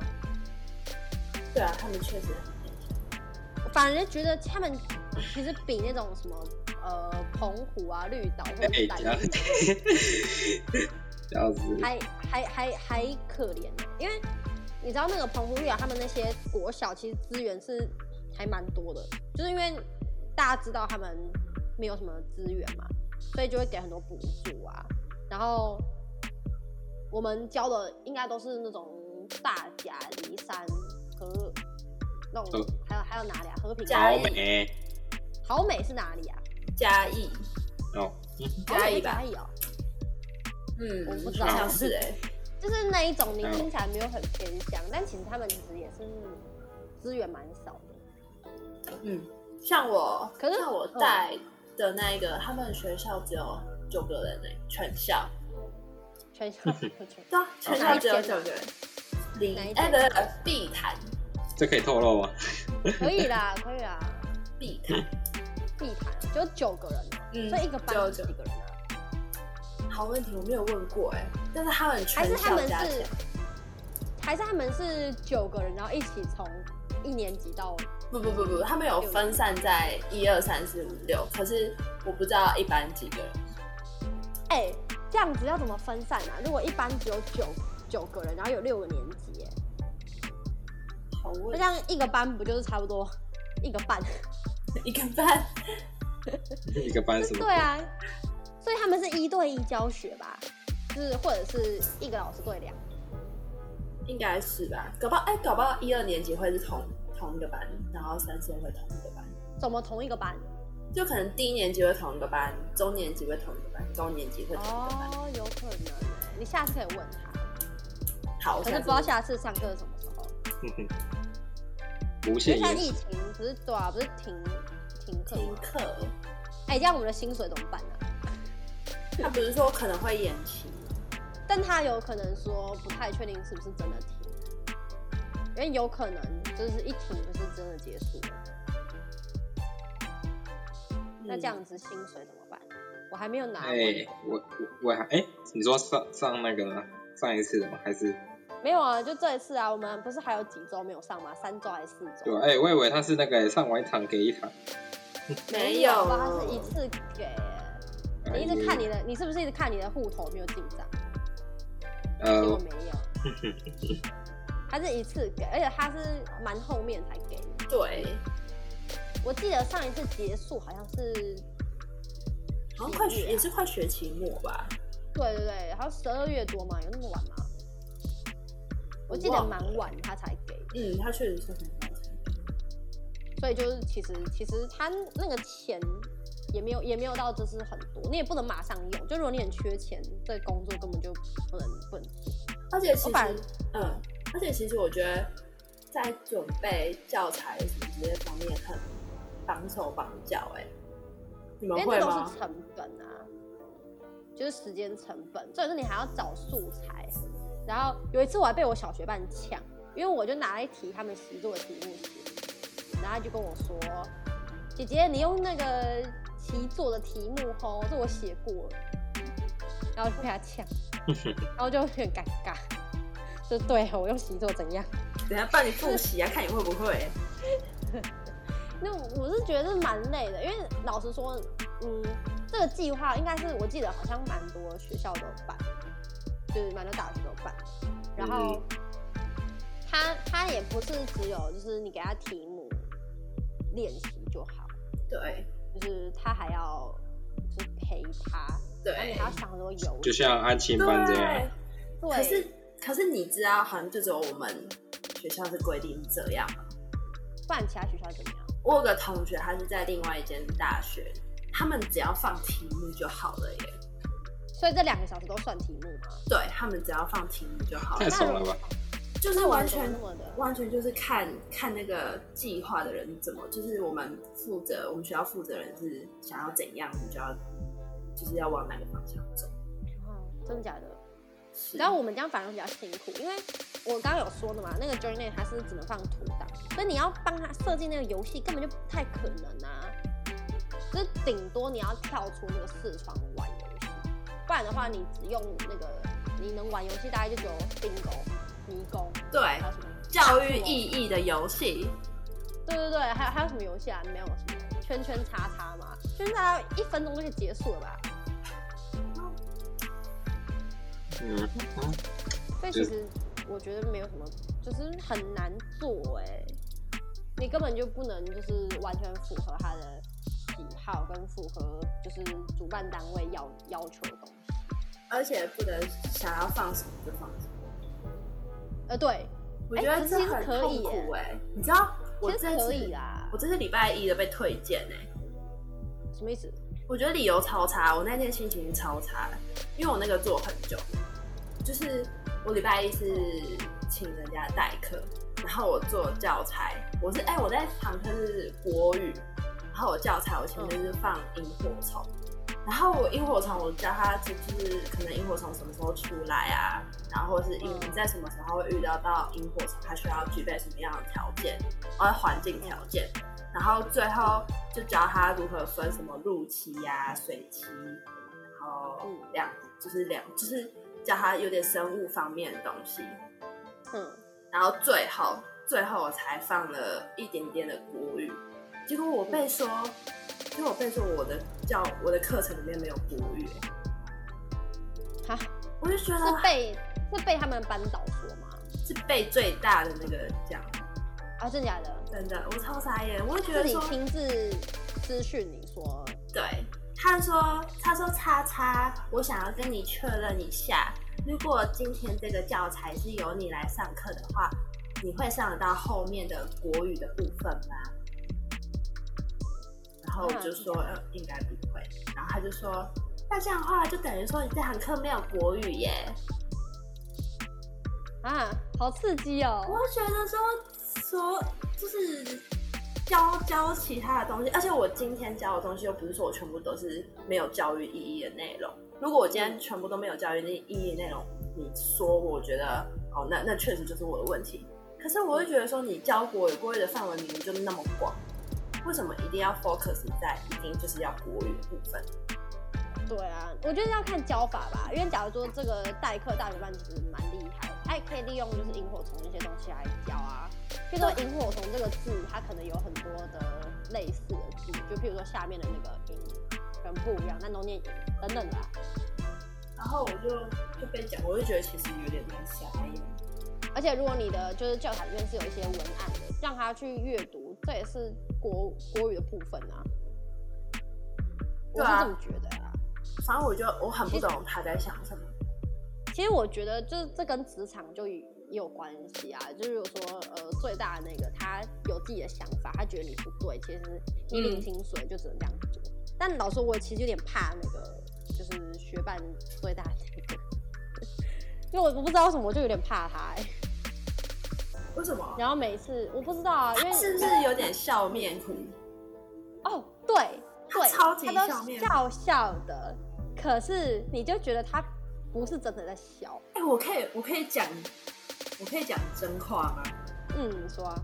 C: 对啊，他们确实
A: 我反而觉得他们其实比那种什么呃澎湖啊、绿岛或
B: 哎、
A: 者是
B: 这
A: 台
B: 样
A: 湾
B: 子，这样子，
A: 还还还还可怜呢、因为你知道那个澎湖绿啊岛他们那些国小其实资源是还蛮多的，就是因为大家知道他们没有什么资源嘛，所以就会给很多补助啊。然后我们教的应该都是那种大甲、离山和那种
B: 和，
A: 还有还有哪里啊？和平、
C: 嘉
B: 好
C: 义
B: 美
A: 好美是哪里啊？
C: 嘉义，
B: 哦，
C: 嘉义吧
A: 嘉义哦，
C: 嗯，
A: 我不知道
C: 好像是哎，
A: 就是那一种你
B: 嗯
A: 听起来没有很偏向，但其实他们其实也是资源蛮少的。
C: 嗯，像我，
A: 可是
C: 像我带的那一个，他们学校只有九个人哎，全校，
A: 全校
C: *laughs* 对
A: 哦
C: 啊，全校只有九个人。李
A: 哪一间
C: 哎，不是碧潭，
B: 这可以透露吗？
A: 可以啦，可以啦，
C: 碧潭，
A: 必谈只有九个人啊，
C: 嗯
A: 所以一个
C: 只有
A: 班
C: 九
A: 几个人啊？
C: 好问题，我没有问过哎，但是他们
A: 还是
C: 全
A: 他
C: 校
A: 们
C: 加起
A: 是
C: 来，
A: 还是他们是九个人，然后一起从一年级到
C: 不不不不，他们有分散在一二三四五六，可是我不知道一般几个人。
A: 哎、这样子要怎么分散啊？如果一班只有九九个人，然后有六个年级、哎，
C: 好
A: 那
C: 问
A: 这样一个班不就是差不多一个半？
C: 一个班，
B: 一个班什么？
A: 对啊，所以他们是一对一教学吧，就是或者是一个老师对两个。
C: 应该是吧？搞不好哎、搞不好一二年级会是同同一个班，然后三四会同一个班，
A: 怎么同一个班？
C: 就可能第一年级会同一个班，中年级会同一个班，高年级会同一个班。
A: 哦，有可能、欸。你下次可以问他，
C: 好，我
A: 可是
C: 下
A: 不
C: 次
A: 知道下次上课是什么时候。
B: 无
A: 因
B: 限
A: 为现在
B: 延
A: 啊疫
B: 伸，
A: 情不是对啊，不是停停课
C: 听
A: 吗？
C: 课。
A: 哎、这样我们的薪水怎么办呢、啊
C: 他不是说可能会延期吗？
A: 但他有可能说不太确定是不是真的停，因为有可能就是一停就是真的结束了。那
C: 嗯
A: 这样子薪水怎么办？我还没有拿
B: 哎、
A: 完，
B: 我我我还哎、你说上上那个上一次的吗？还是
A: 没有啊，就这一次啊，我们不是还有几周没有上吗？三周还是四
B: 对
A: 周？
B: 吧？哎、我以为他是那个、上完一堂给一堂，
A: 没
C: 有，
A: 吧？它是一次给。哎你一直看你的，你是不是一直看你的户头没有进账？结果
B: 呃，
A: 没有， *laughs* 它是一次给，而且它是蛮后面才给你。
C: 对，
A: 我记得上一次结束好像是，
C: 好像快学也是快学期末吧，
A: 对对对，好像十二月多嘛，有那么晚吗？我记得
C: 忘了
A: 蛮晚它才给，
C: 嗯，他确实是很高产。
A: 所以就是其实其实它那个钱也没有也没有到就是很多，你也不能马上用，就如果你很缺钱，这个工作根本就不能不能做。
C: 而且其
A: 我
C: 实
A: 反而，
C: 嗯，而且其实我觉得在准备教材什么这些方面很绑手绑脚，哎，你们
A: 因为
C: 会
A: 这都
C: 吗
A: 是？成本啊，就是时间成本。重点是你还要找素材，然后有一次我还被我小学班呛，因为我就拿了一题他们习作的题目写，然后他就跟我说：“姐姐，你用那个习作的题目吼，这我写过了。”然后我就被他呛，然后就很尴尬，就对我用习作怎样？
C: 等一下帮你复习啊，看你会不会。
A: 那我是觉得蛮累的，因为老实说，嗯，这个计划应该是我记得好像蛮多学校都有办，就是蛮多大学都有办。然后
B: 嗯
A: 他他也不是只有就是你给他题目练习就好，
C: 对
A: 就是他还要就是陪他，然后你
C: 对
A: 还要想很多游
B: 就
A: 戏。
B: 像安亲班这样啊
C: 对，，
A: 对，
C: 可是可是你知道，好像就只有我们学校是规定这样吗。
A: 不然其他学校怎么样？
C: 我有个同学，他是在另外一间大学，他们只要放题目就好了耶。
A: 所以这两个小时都算题目吗？
C: 对他们只要放题目就好了
B: 太，爽了吧！
C: 就是完全
A: 那我们怎么那么的
C: 完全就是看看那个计划的人怎么，就是我们负责我们学校负责人是想要怎样，我们就要就是要往哪个方向走。
A: 哦，真的假的？
C: 是
A: 然后我们这样反而比较辛苦，因为我刚刚有说的嘛，那个 Journey 它是只能放图档，所以你要帮他设计那个游戏根本就不太可能啊，就是顶多你要跳出那个视窗玩游戏，不然的话你只用那个你能玩游戏大概就只有 bingo、迷宫，
C: 对
A: 还有什么
C: 教育意义的游戏，
A: 对对对，还有还有什么游戏啊？没有什么圈圈叉叉嘛，圈圈叉叉一分钟就可以结束了吧？
B: 嗯，
A: 所以其实我觉得没有什么，就是很难做哎、你根本就不能就是完全符合他的喜好跟符合就是主办单位要要求的东西。
C: 而且不能想要放什么就放什么。
A: 呃，对，
C: 我觉得
A: 哎可是
C: 这
A: 其实
C: 很
A: 可以
C: 痛
A: 耶
C: 苦哎、你知道我
A: 其
C: 这
A: 实
C: 次
A: 可以啊啦
C: 我。这是礼拜一的被推荐哎、
A: 什么意思？
C: 我觉得理由超差，我那天心情超差，因为我那个做很久，就是我礼拜一是请人家代课，然后我做教材，我是哎、我那堂课是国语，然后我教材我前面是放萤火虫，然后我萤火虫我教他就就是可能萤火虫什么时候出来啊，然后或是萤
A: 嗯
C: 在什么时候会遇到到萤火虫，它需要具备什么样的条件，然后环境条件，然后最后就教他如何分什么陆期呀、水期，然后
A: 嗯
C: 两就是两就是教他有点生物方面的东西，
A: 嗯，
C: 然后最后最后我才放了一点点的国语，结果我被说，结果我被说我的教我的课程里面没有国语，
A: 哈，
C: 我就觉
A: 是
C: 得
A: 被是被他们班导说吗？
C: 是被最大的那个讲，
A: 啊，真假的？
C: 真的我超傻眼，我就觉
A: 是
C: 得
A: 你
C: 说
A: 亲自私讯你说，
C: 对，他说他说叉叉，我想要跟你确认一下，如果今天这个教材是由你来上课的话，你会上得到后面的国语的部分吗？然后我就说，呃，应该不会。然后他就说，那这样的话就等于说你这堂课没有国语耶。
A: 啊，好刺激哦！
C: 我就觉得说说就是教教其他的东西，而且我今天教的东西又不是说我全部都是没有教育意义的内容。如果我今天全部都没有教育意义的内容，你说我觉得哦，那那确实就是我的问题。可是我会觉得说，你教国语国语的范围明明就那么广，为什么一定要 focus 在一定就是要国语的部分？
A: 对啊，我觉得要看教法吧，因为假如说这个代课大学班其实蛮厉害的，他也可以利用就是萤火虫那些东西来教啊。就说萤火虫这个字，它可能有很多的类似的字，就譬如说下面的那个音可能不一样，但都念萤等等的、啊。
C: 然后我就就被讲，我就觉得其实有点蛮瞎眼。
A: 而且如果你的就是教材里面是有一些文案的，让他去阅读，这也是国国语的部分啊。我
C: 对
A: 是
C: 啊
A: 这么觉得啊。
C: 反正我就我很不懂他在想什么。
A: 其实我觉得就是这跟职场就也有关系啊。就是如果说呃最大的那个他有自己的想法，他觉得你不对，其实你领
C: 嗯
A: 薪水就只能这样做。但老实说，我其实有点怕那个就是学伴最大的那个，因为我我不知道为什么 *laughs* 我就有点怕他、欸。
C: 为什么？
A: 然后每次我不知道啊，因为
C: 是不是有点笑面虎？
A: 哦，对
C: 他
A: 对，
C: 超级
A: 他
C: 笑
A: 都
C: 面
A: 笑笑的，可是你就觉得他不是真的在笑。
C: 哎、我可以我可以讲，我可以讲真话吗？
A: 嗯，你说啊、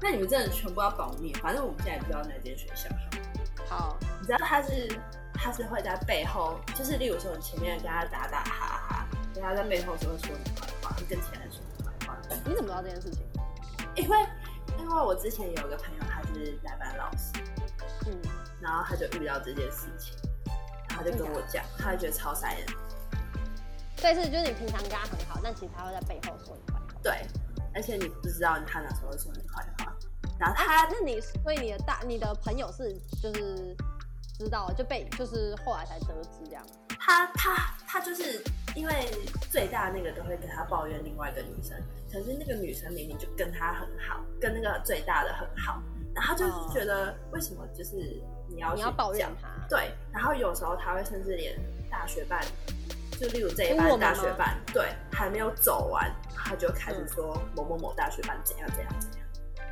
C: 那你们真的全部要保密，反正我们现在也不知道哪间学校。
A: 好，
C: 你知道他是他是会在背后，就是例如说你前面跟他打打哈哈，可是他在背后就会说你坏话，会跟前人说你坏话。
A: 你怎么知道这件事情？
C: 因为因为我之前有一个朋友，他是代班老师，
A: 嗯，
C: 然后他就遇到这件事情，然后他就跟我讲，他就觉得超傻眼。
A: 所以是就是你平常跟他很好，但其实他会在背后说你坏话。
C: 对，而且你不知道他哪时候会说你坏话，然后他
A: 啊那你所以你的大你的朋友是就是知道就被就是后来才得知这样。
C: 他他他就是因为最大那个都会跟他抱怨另外一个女生，可是那个女生明明就跟他很好，跟那个最大的很好，然后他就是觉得为什么就是你
A: 哦
C: 要
A: 你要
C: 去
A: 抱怨
C: 讲
A: 他
C: 对，然后有时候他会甚至连大学班，就例如这一
A: 跟哎我
C: 班
A: 们
C: 大学
A: 吗
C: 班，对，还没有走完，他就开始
A: 嗯
C: 说某某某大学班怎样怎样怎样，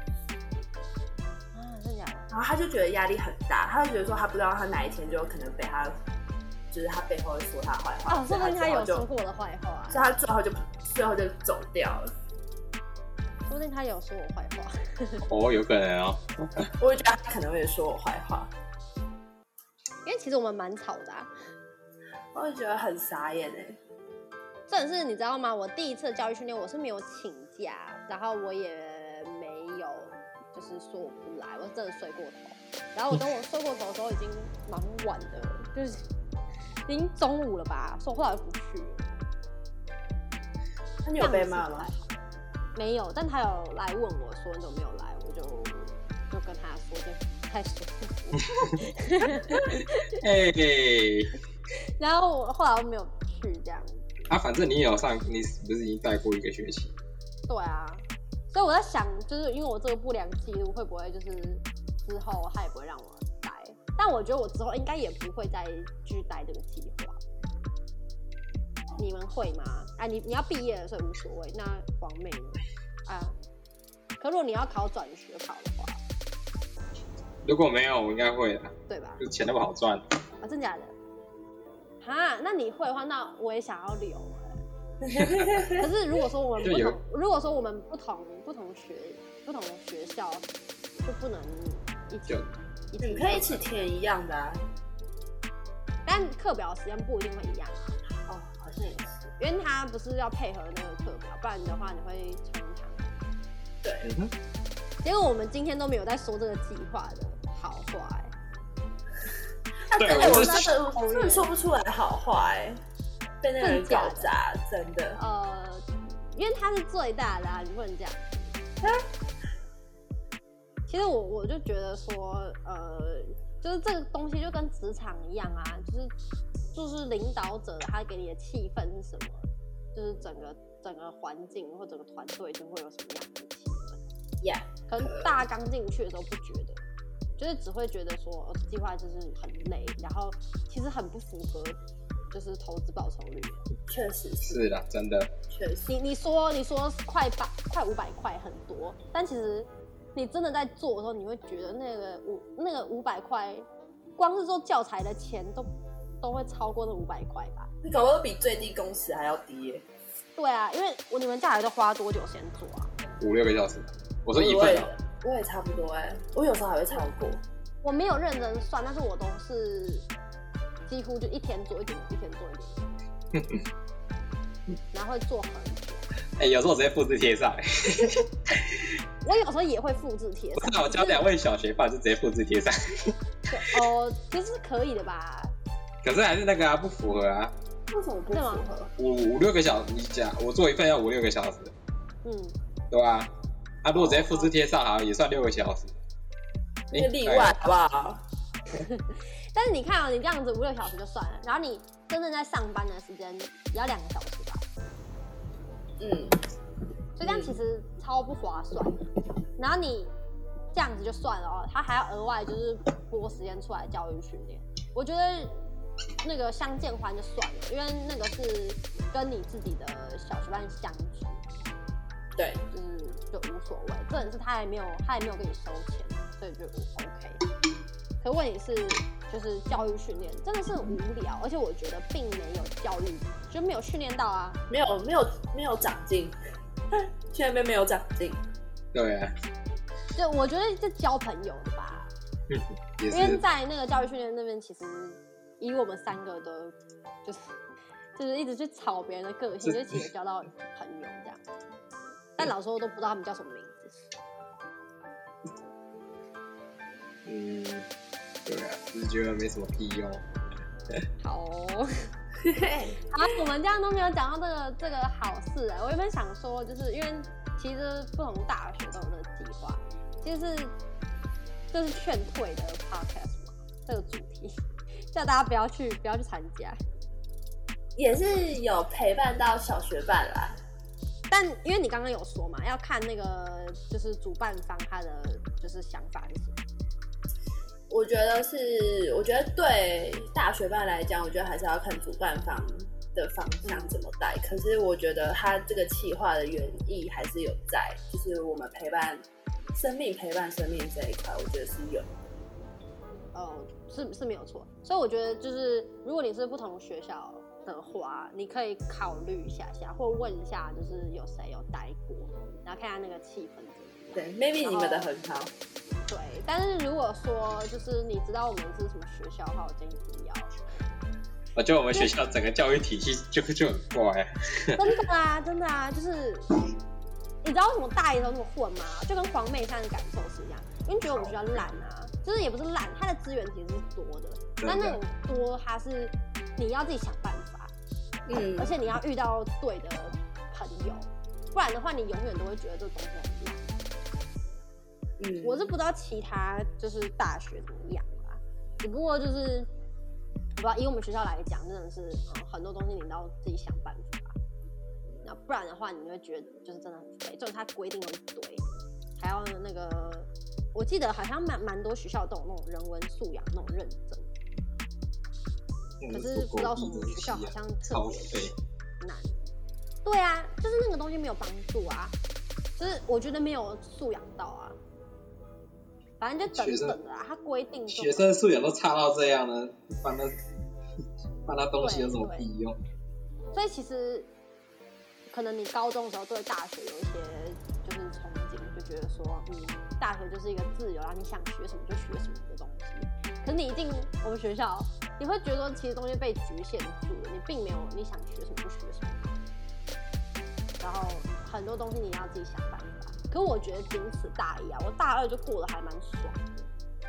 A: 啊，真的假的？
C: 然后他就觉得压力很大，他就觉得说他不知道他哪一天就可能被他，就是他背后会说他坏话，
A: 哦，说不定
C: 所
A: 他
C: 以
A: 有
C: 最后
A: 说
C: 就
A: 过我的坏话，啊
C: 所以他最后就最后就走掉了。
A: 说不定他有说我坏话。
B: 哦，有可能哦。
C: 我就觉得他可能会说我坏话，
A: 因为其实我们蛮吵的、啊。
C: 我就觉得很傻眼哎、
A: 这也是你知道吗？我第一次教育训练我是没有请假，然后我也没有就是说我不来，我是真的睡过头。然后我等我睡过头的时候已经蛮晚的，就是已经中午了吧，所以我后来就不去了。
C: 那你有被骂吗？？
A: 没有，但他有来问我说你怎么没有来，我就就跟他说这不太舒服。
B: 哎、
A: 然后我后来我没有去这样子。
B: 啊，反正你也有上，你不是已经带过一个学期？
A: 对啊，所以我在想，就是因为我这个不良记录，会不会就是之后他也不会让我待？但我觉得我之后应该也不会再继续待这个计划。你们会吗？啊，你你要毕业了，所以无所谓。那黄妹呢？啊，可如果你要考转学考的话，
B: 如果没有，我应该会的，
A: 对吧？
B: 就钱那么好赚。
A: 啊，真假的？哈，那你会的话，那我也想要留、
C: *laughs*
A: 欸。可是如果说我们
B: 就
A: 不
B: 有
A: 同，如果说我们不同不同学不同的学校，就不能一起
B: 就
A: 一起
C: 你可以一起填一样的啊。
A: 但课表时间不一定会一样，
C: 哦，好像也是。
A: 因为它不是要配合那个课表，不然的话你会冲堂。
B: 嗯哼，
A: 结果我们今天都没有在说这个计划的好话、欸，
C: 那
B: 对
C: 真的，
B: 我
C: 我
B: 是
C: 真的我真的说不出来好话哎、被那个人
A: 真假
C: 搞
A: 的
C: 砸，真的。
A: 呃，因为他是最大的、啊，你不能这样。其实我我就觉得说，呃，就是这个东西就跟职场一样啊，就是就是领导者他给你的气氛是什么，就是整个整个环境或整个团队就会有什么样的气氛。
C: Yeah，
A: 可能大家刚进去的时候不觉得，就是只会觉得说哦计划就是很累，然后其实很不符合就是投资报酬率。
C: 确实是，
B: 是的，真的。
C: 确实。
A: 你你说你说快百快五百块很多，但其实你真的在做的时候，你会觉得那个五那个五百块，光是做教材的钱都都会超过那五百块吧？
C: 你搞不好比最低工时还要低欸耶、
A: 对啊，因为我你们教材都花多久时间做啊？
B: 五六个小时，我说一份哦、
C: 我也差不多哎、我有时候还会超过。
A: 我没有认真算，但是我都是几乎就一天做一点，一天做一点，
B: *laughs*
A: 然后会做很久。
B: 哎、有时候我直接复制贴上、欸， *laughs*
A: 我有时候也会复制贴
B: 不
A: 上
B: 是，啊，我教两位小学霸就直接复制贴上， *laughs*
A: 对哦，其实是可以的吧？
B: 可是还是那个啊，不符合啊，
C: 为什么不符合？
B: 五五六个小时，你讲我做一份要五六个小时，
A: 嗯，
B: 对吧、啊？如果直接复制贴上好像也算六个小时，
A: 哦
C: 一
B: 哎
C: 个例外好不好？
A: 但是你看啊、你这样子五六小时就算了，然后你真正在上班的时间也要两个小时吧，
C: 嗯，
A: 所以这样其实超不划算的。然后你这样子就算了哦，他还要额外就是拨时间出来教育训练，我觉得那个相见欢就算了，因为那个是跟你自己的小学伴相处，
C: 对，
A: 就是嗯就无所谓。重点是他也没有他也没有给你收钱，所以就 OK。可问题是，就是教育训练真的是很无聊，而且我觉得并没有教育，就没有训练到啊。
C: 没有没有没有长进， *laughs* 去那边没有长进。
B: 对、啊，
A: 就我觉得是交朋友的吧，
B: 也
A: 因为
B: 是
A: 在那个教育训练那边，其实以我们三个的，就是 *laughs* 就是一直去炒别人的个性，
B: 是
A: 就其实交到朋友这样。但老实说，我都不知道他们叫什么名字。
B: 嗯，对啊，只是觉得没什么屁用。
A: 好哦、
C: 嘿嘿
A: 啊，我们这样都没有讲到这个这个好事哎、我原本想说，就是因为其实不同大学都有这个计划，就是这是劝退的 podcast 嘛，这个主题 *laughs* 叫大家不要去不要去参加。
C: *laughs* 也是有陪伴到小学伴啦。
A: 但因为你刚刚有说嘛，要看那个就是主办方他的就是想法是什么。
C: 我觉得是，我觉得对大学伴来讲，我觉得还是要看主办方的方
A: 嗯
C: 向怎么带。可是我觉得他这个企划的原意还是有在，就是我们陪伴生命、陪伴生命这一块，我觉得是有。
A: 哦，是是没有错。所以我觉得就是，如果你是不同学校的话，你可以考虑一下下，或问一下，就是有谁有待过，然后看看那个气氛怎么样。
C: 对，maybe 你们的很好，
A: 对，但是如果说就是你知道我们是什么学校的话，我建议不要。
B: 我觉得我们学校整个教育体系就就很怪、啊， *laughs*
A: 真的啊，真的啊，就是你知道为什么大一的时候那么混吗？就跟黄妹山的感受是一样，因为觉得我们学校烂啊，就是也不是烂，它的资源其实是多的，
B: 真的
A: 但那种多它是你要自己想办法，
C: 嗯
A: 而，且你要遇到对的朋友，不然的话你永远都会觉得这个东西很烂。
C: 嗯
A: 我是不知道其他就是大学怎么样啦，只不过就是我不知道以我们学校来讲，真的是、嗯、很多东西你都要自己想办法，那不然的话你就会觉得就是真的很废，就是它规定了一堆，还要那个我记得好像蛮蛮多学校都有那种人文素养那种认证，
B: 嗯
A: 可是不知道什么学校好像特
B: 啊超
A: 别
B: 废。
A: 难。对啊，就是那个东西没有帮助啊，就是我觉得没有素养到啊。反正就等
B: 学生
A: 等的啊，他规定就
B: 学生素养都差到这样了，放那放那东西有什么屁用？
A: 所以其实可能你高中的时候对大学有一些就是憧憬，就觉得说，嗯，大学就是一个自由，然后你想学什么就学什么的东西。可是你一进我们学校，你会觉得说其实东西被局限住了，你并没有你想学什么就学什么。然后很多东西你要自己想办法。可我觉得仅此大一啊，我大二就过得还蛮爽的，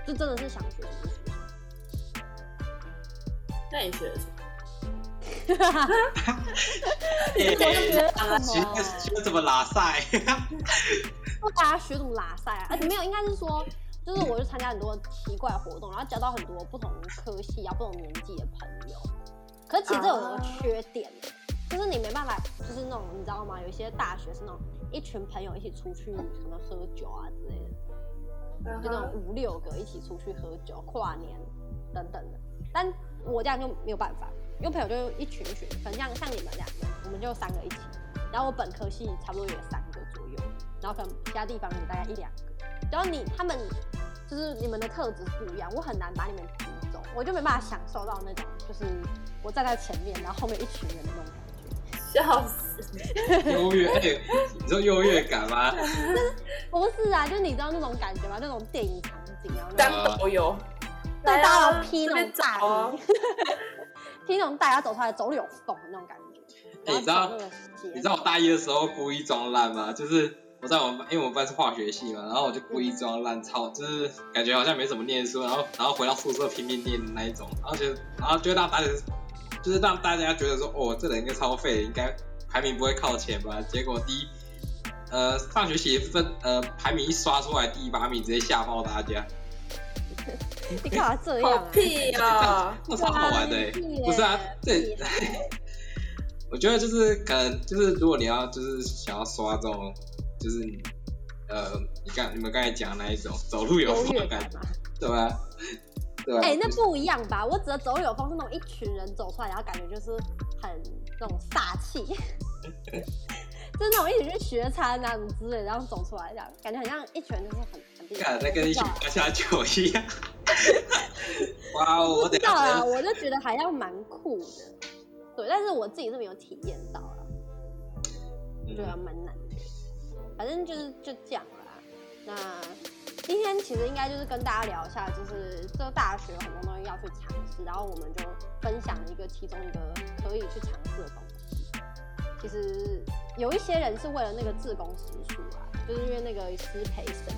A: 就真的是想学什么就学什么。
C: 那你学的什么？
A: 你怎么觉得哦什么
B: 学学怎么拉塞？
A: 不大家学怎么拉塞啊？而且没有，应该是说，就是我就参加很多奇怪活动，然后交到很多不同科系啊、不同年纪的朋友。可是其实这有一个缺点、就是你没办法，就是那种你知道吗？有一些大学是那种一群朋友一起出去，可能喝酒啊之类的，就那种
C: 嗯
A: 五六个一起出去喝酒、跨年等等的。但我这样就没有办法，因为朋友就一群一群，可能像像你们两个，我们就三个一起。然后我本科系差不多也三个左右，然后可能其他地方也大概一两个。然后你他们就是你们的特质不一样，我很难把你们挤走，我就没办法享受到那种就是我站在前面，然后后面一群人的那种感觉。
C: 笑死！
B: 优越，哎、你说优越感吗？
A: 不是啊，就你知道那种感觉吗？那种电影场景啊，
B: 对
A: 然后
B: 啊当
C: 当
A: *laughs*
C: 导游，
A: 对大家都披
C: 啊
A: 那
C: 这
A: 种
C: 边走
A: 大
C: 啊
A: 衣，披那种大家走出来走路有缝的那种感觉。
B: 哎你知道
A: 然后走那个街
B: 你知道我大一的时候故意装烂吗？就是我在我们班，因为我们班是化学系嘛，然后我就故意装烂，超就是感觉好像没怎么念书，然后然后回到宿舍拼命念的那一种，然后觉得然后就让大家就是让大家觉得说，哦，这人应该超废的，应该排名不会靠前吧？结果第一。呃，上学期分呃排名一刷出来，第八名直接吓爆大家，
A: 你干嘛这样
C: 好
A: 啊？
C: 屁啊！
B: 那哦超好玩的、欸
A: 对啊你很屁耶
B: 不是啊，这
A: 屁啊
B: *laughs* 我觉得就是可能就是如果你要就是想要刷这种，就是呃，你刚你们刚才讲的那一种走路有
A: 优
B: 风
A: 越
B: 的
A: 感
B: 感觉，
A: 嘛。
B: 对吧？对吧？
A: 哎、那
B: 就是
A: 不一样吧？我指的走柳风是那种一群人走出来，然后感觉就是很那种煞
B: *laughs*
A: 气，就是那种一起去学餐啊什么之类的，然后走出来这样，感觉很像一群人就是很很厉害
B: 干。在啊跟一群八加九一样。 *laughs* 哇哦，
A: 我
B: 我
A: 不
B: 等
A: 知道
B: 下
A: 啊，
B: 真的
A: 我就觉得好像蛮酷的，对，但是我自己是没有体验到啊了，我觉得
B: 嗯
A: 啊蛮难的。反正就是就这样啦。那今天其实应该就是跟大家聊一下，就是这大学有很多东西要去尝试，然后我们就分享一个其中一个可以去尝试的东西。其实有一些人是为了那个自工时数啊，就是因为那个师培生，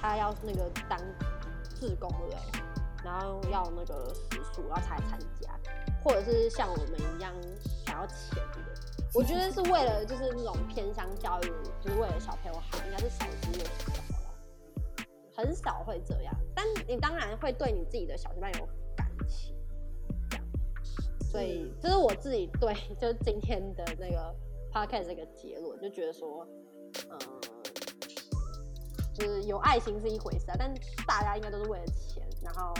A: 他要那个当自工对不对？然后要那个时数，然后才参加，或者是像我们一样想要钱的。我觉得是为了就是那种偏乡教育，就是为了小朋友好，应该是少之又少了，很少会这样。但你当然会对你自己的小伙伴有感情，这样。 *laughs* 所以这是我自己对就是今天的那个 podcast 这个结论，就觉得说，嗯、就是有爱心是一回事啊，但大家应该都是为了钱，然后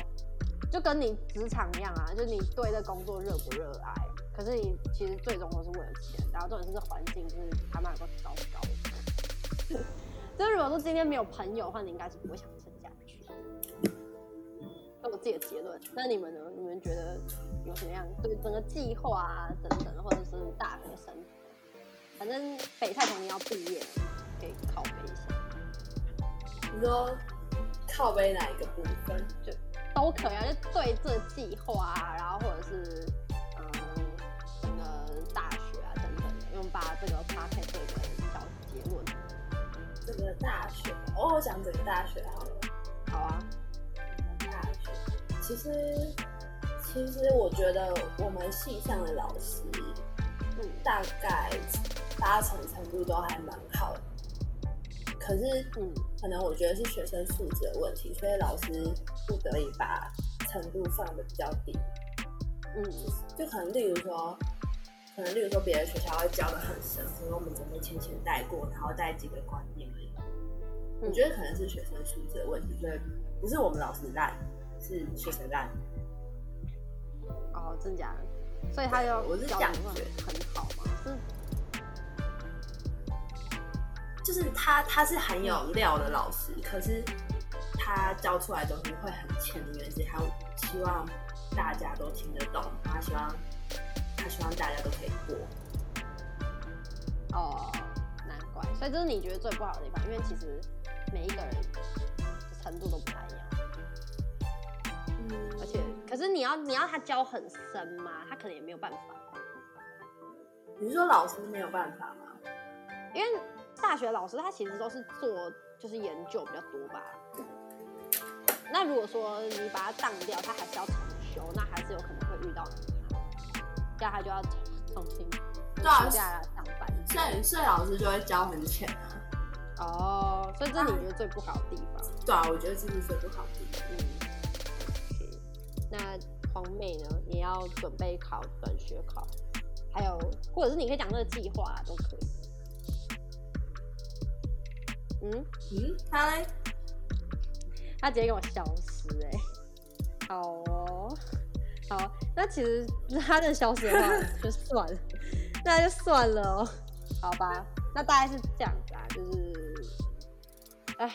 A: 就跟你职场一样啊，就你对这工作热不热爱，可是你其实最终都是为了钱，然后重点是这环境就是他妈有够糟糕 *laughs* 的。就是如果说今天没有朋友的话，你应该是不会想撑下去。那我自己的结论，那你们呢？你们觉得有什么样对整个计划啊等等，或者是大学生活，反正北泰肯定要毕业了，可以拷贝一下。
C: 你说靠背哪一个部分？
A: 都可以啊，就对这计划啊，然后或者是嗯整个大学啊等等的，用把这个 p a r t 做一个小结论。
C: 整个大学，哦，我讲整个大学好了。
A: 好啊，
C: 大学，其实其实我觉得我们系上的老师
A: 嗯，
C: 大概八成程度都还蛮好的，可是
A: 嗯
C: 可能我觉得是学生素质的问题，所以老师不得已把程度放的比较低，
A: 嗯
C: 就可能例如说。可能，例如说别的学校会教的很深，可是我们只会浅浅带过，然后带几个观念而已。我觉得可能是学生素质的问题，所以不是我们老师烂，是学生烂。
A: 哦，真假的？所以他有
C: 我是
A: 教
C: 感
A: 你们
C: 觉
A: 很好吗？是
C: 就是他他是很有料的老师，可是他教出来的东西会很浅的原因是他希望大家都听得懂，他希望他希望大家都可以过。
A: 哦，难怪。所以这是你觉得最不好的地方，因为其实每一个人程度都不太一样。
C: 嗯
A: 而且，可是你要你要他教很深嘛，他可能也没有办法，
C: 你是说老师没有办法吗？
A: 因为大学老师他其实都是做就是研究比较多吧。那如果说你把它当掉，他还是要重修，那还是有可能会遇到你，啊这样他就要重重新
C: 对啊
A: 暑假来上班。
C: 所以所以老师就会教很浅啊。
A: 哦，所以这是你觉得最不好的地方。
C: 对啊，我觉得这是最不好的地方。
A: 嗯，OK。那黄妹呢？你要准备考转学考，还有或者是你可以讲这个计划啊、都可以。嗯，
C: 嗯，他嘞？
A: 他直接给我消失哎、好哦，好，那其实 *laughs* 他的消失的话就算了，那就算了哦，好吧，那大概是这样子啊，就是，哎，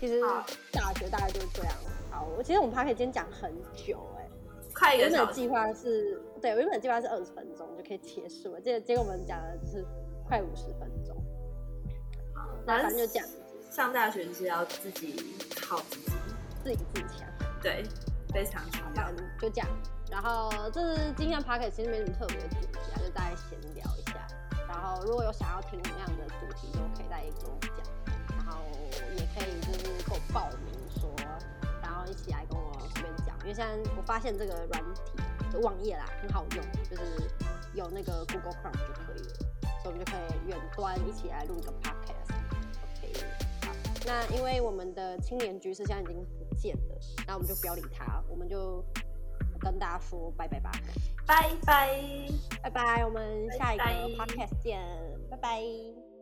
A: 其实
C: 好
A: 大学大概就是这样。好，我其实我们还可以今天讲很久哎、
C: 快一
A: 我
C: 个
A: 原本
C: 小
A: 的
C: 时，
A: 计划是，对，我原本的计划是二十分钟就可以结束了，结结果我们讲的就是快五十分钟，那反正就这样，
C: 上大学就是要自己靠自己，
A: 自己自己强。
C: 对，非常重要。
A: 嗯，就这样。然后这是今天的 p o c k e t 其实没什么特别的主题啊，就大家闲聊一下。然后如果有想要听什么样的主题，都可以再跟我讲。然后也可以就是给我报名说，然后一起来跟我随便讲。因为现在我发现这个软体就网页啦很好用，就是有那个 Google Chrome 就可以了，所以我们就可以远端一起来录一个 podcast。OK，好，那因为我们的青年局势现在已经不见了，那我们就不要理他，我们就跟大家说拜拜吧，
C: 拜拜。
A: 拜拜，我们下一个
C: 拜拜
A: podcast 见，拜拜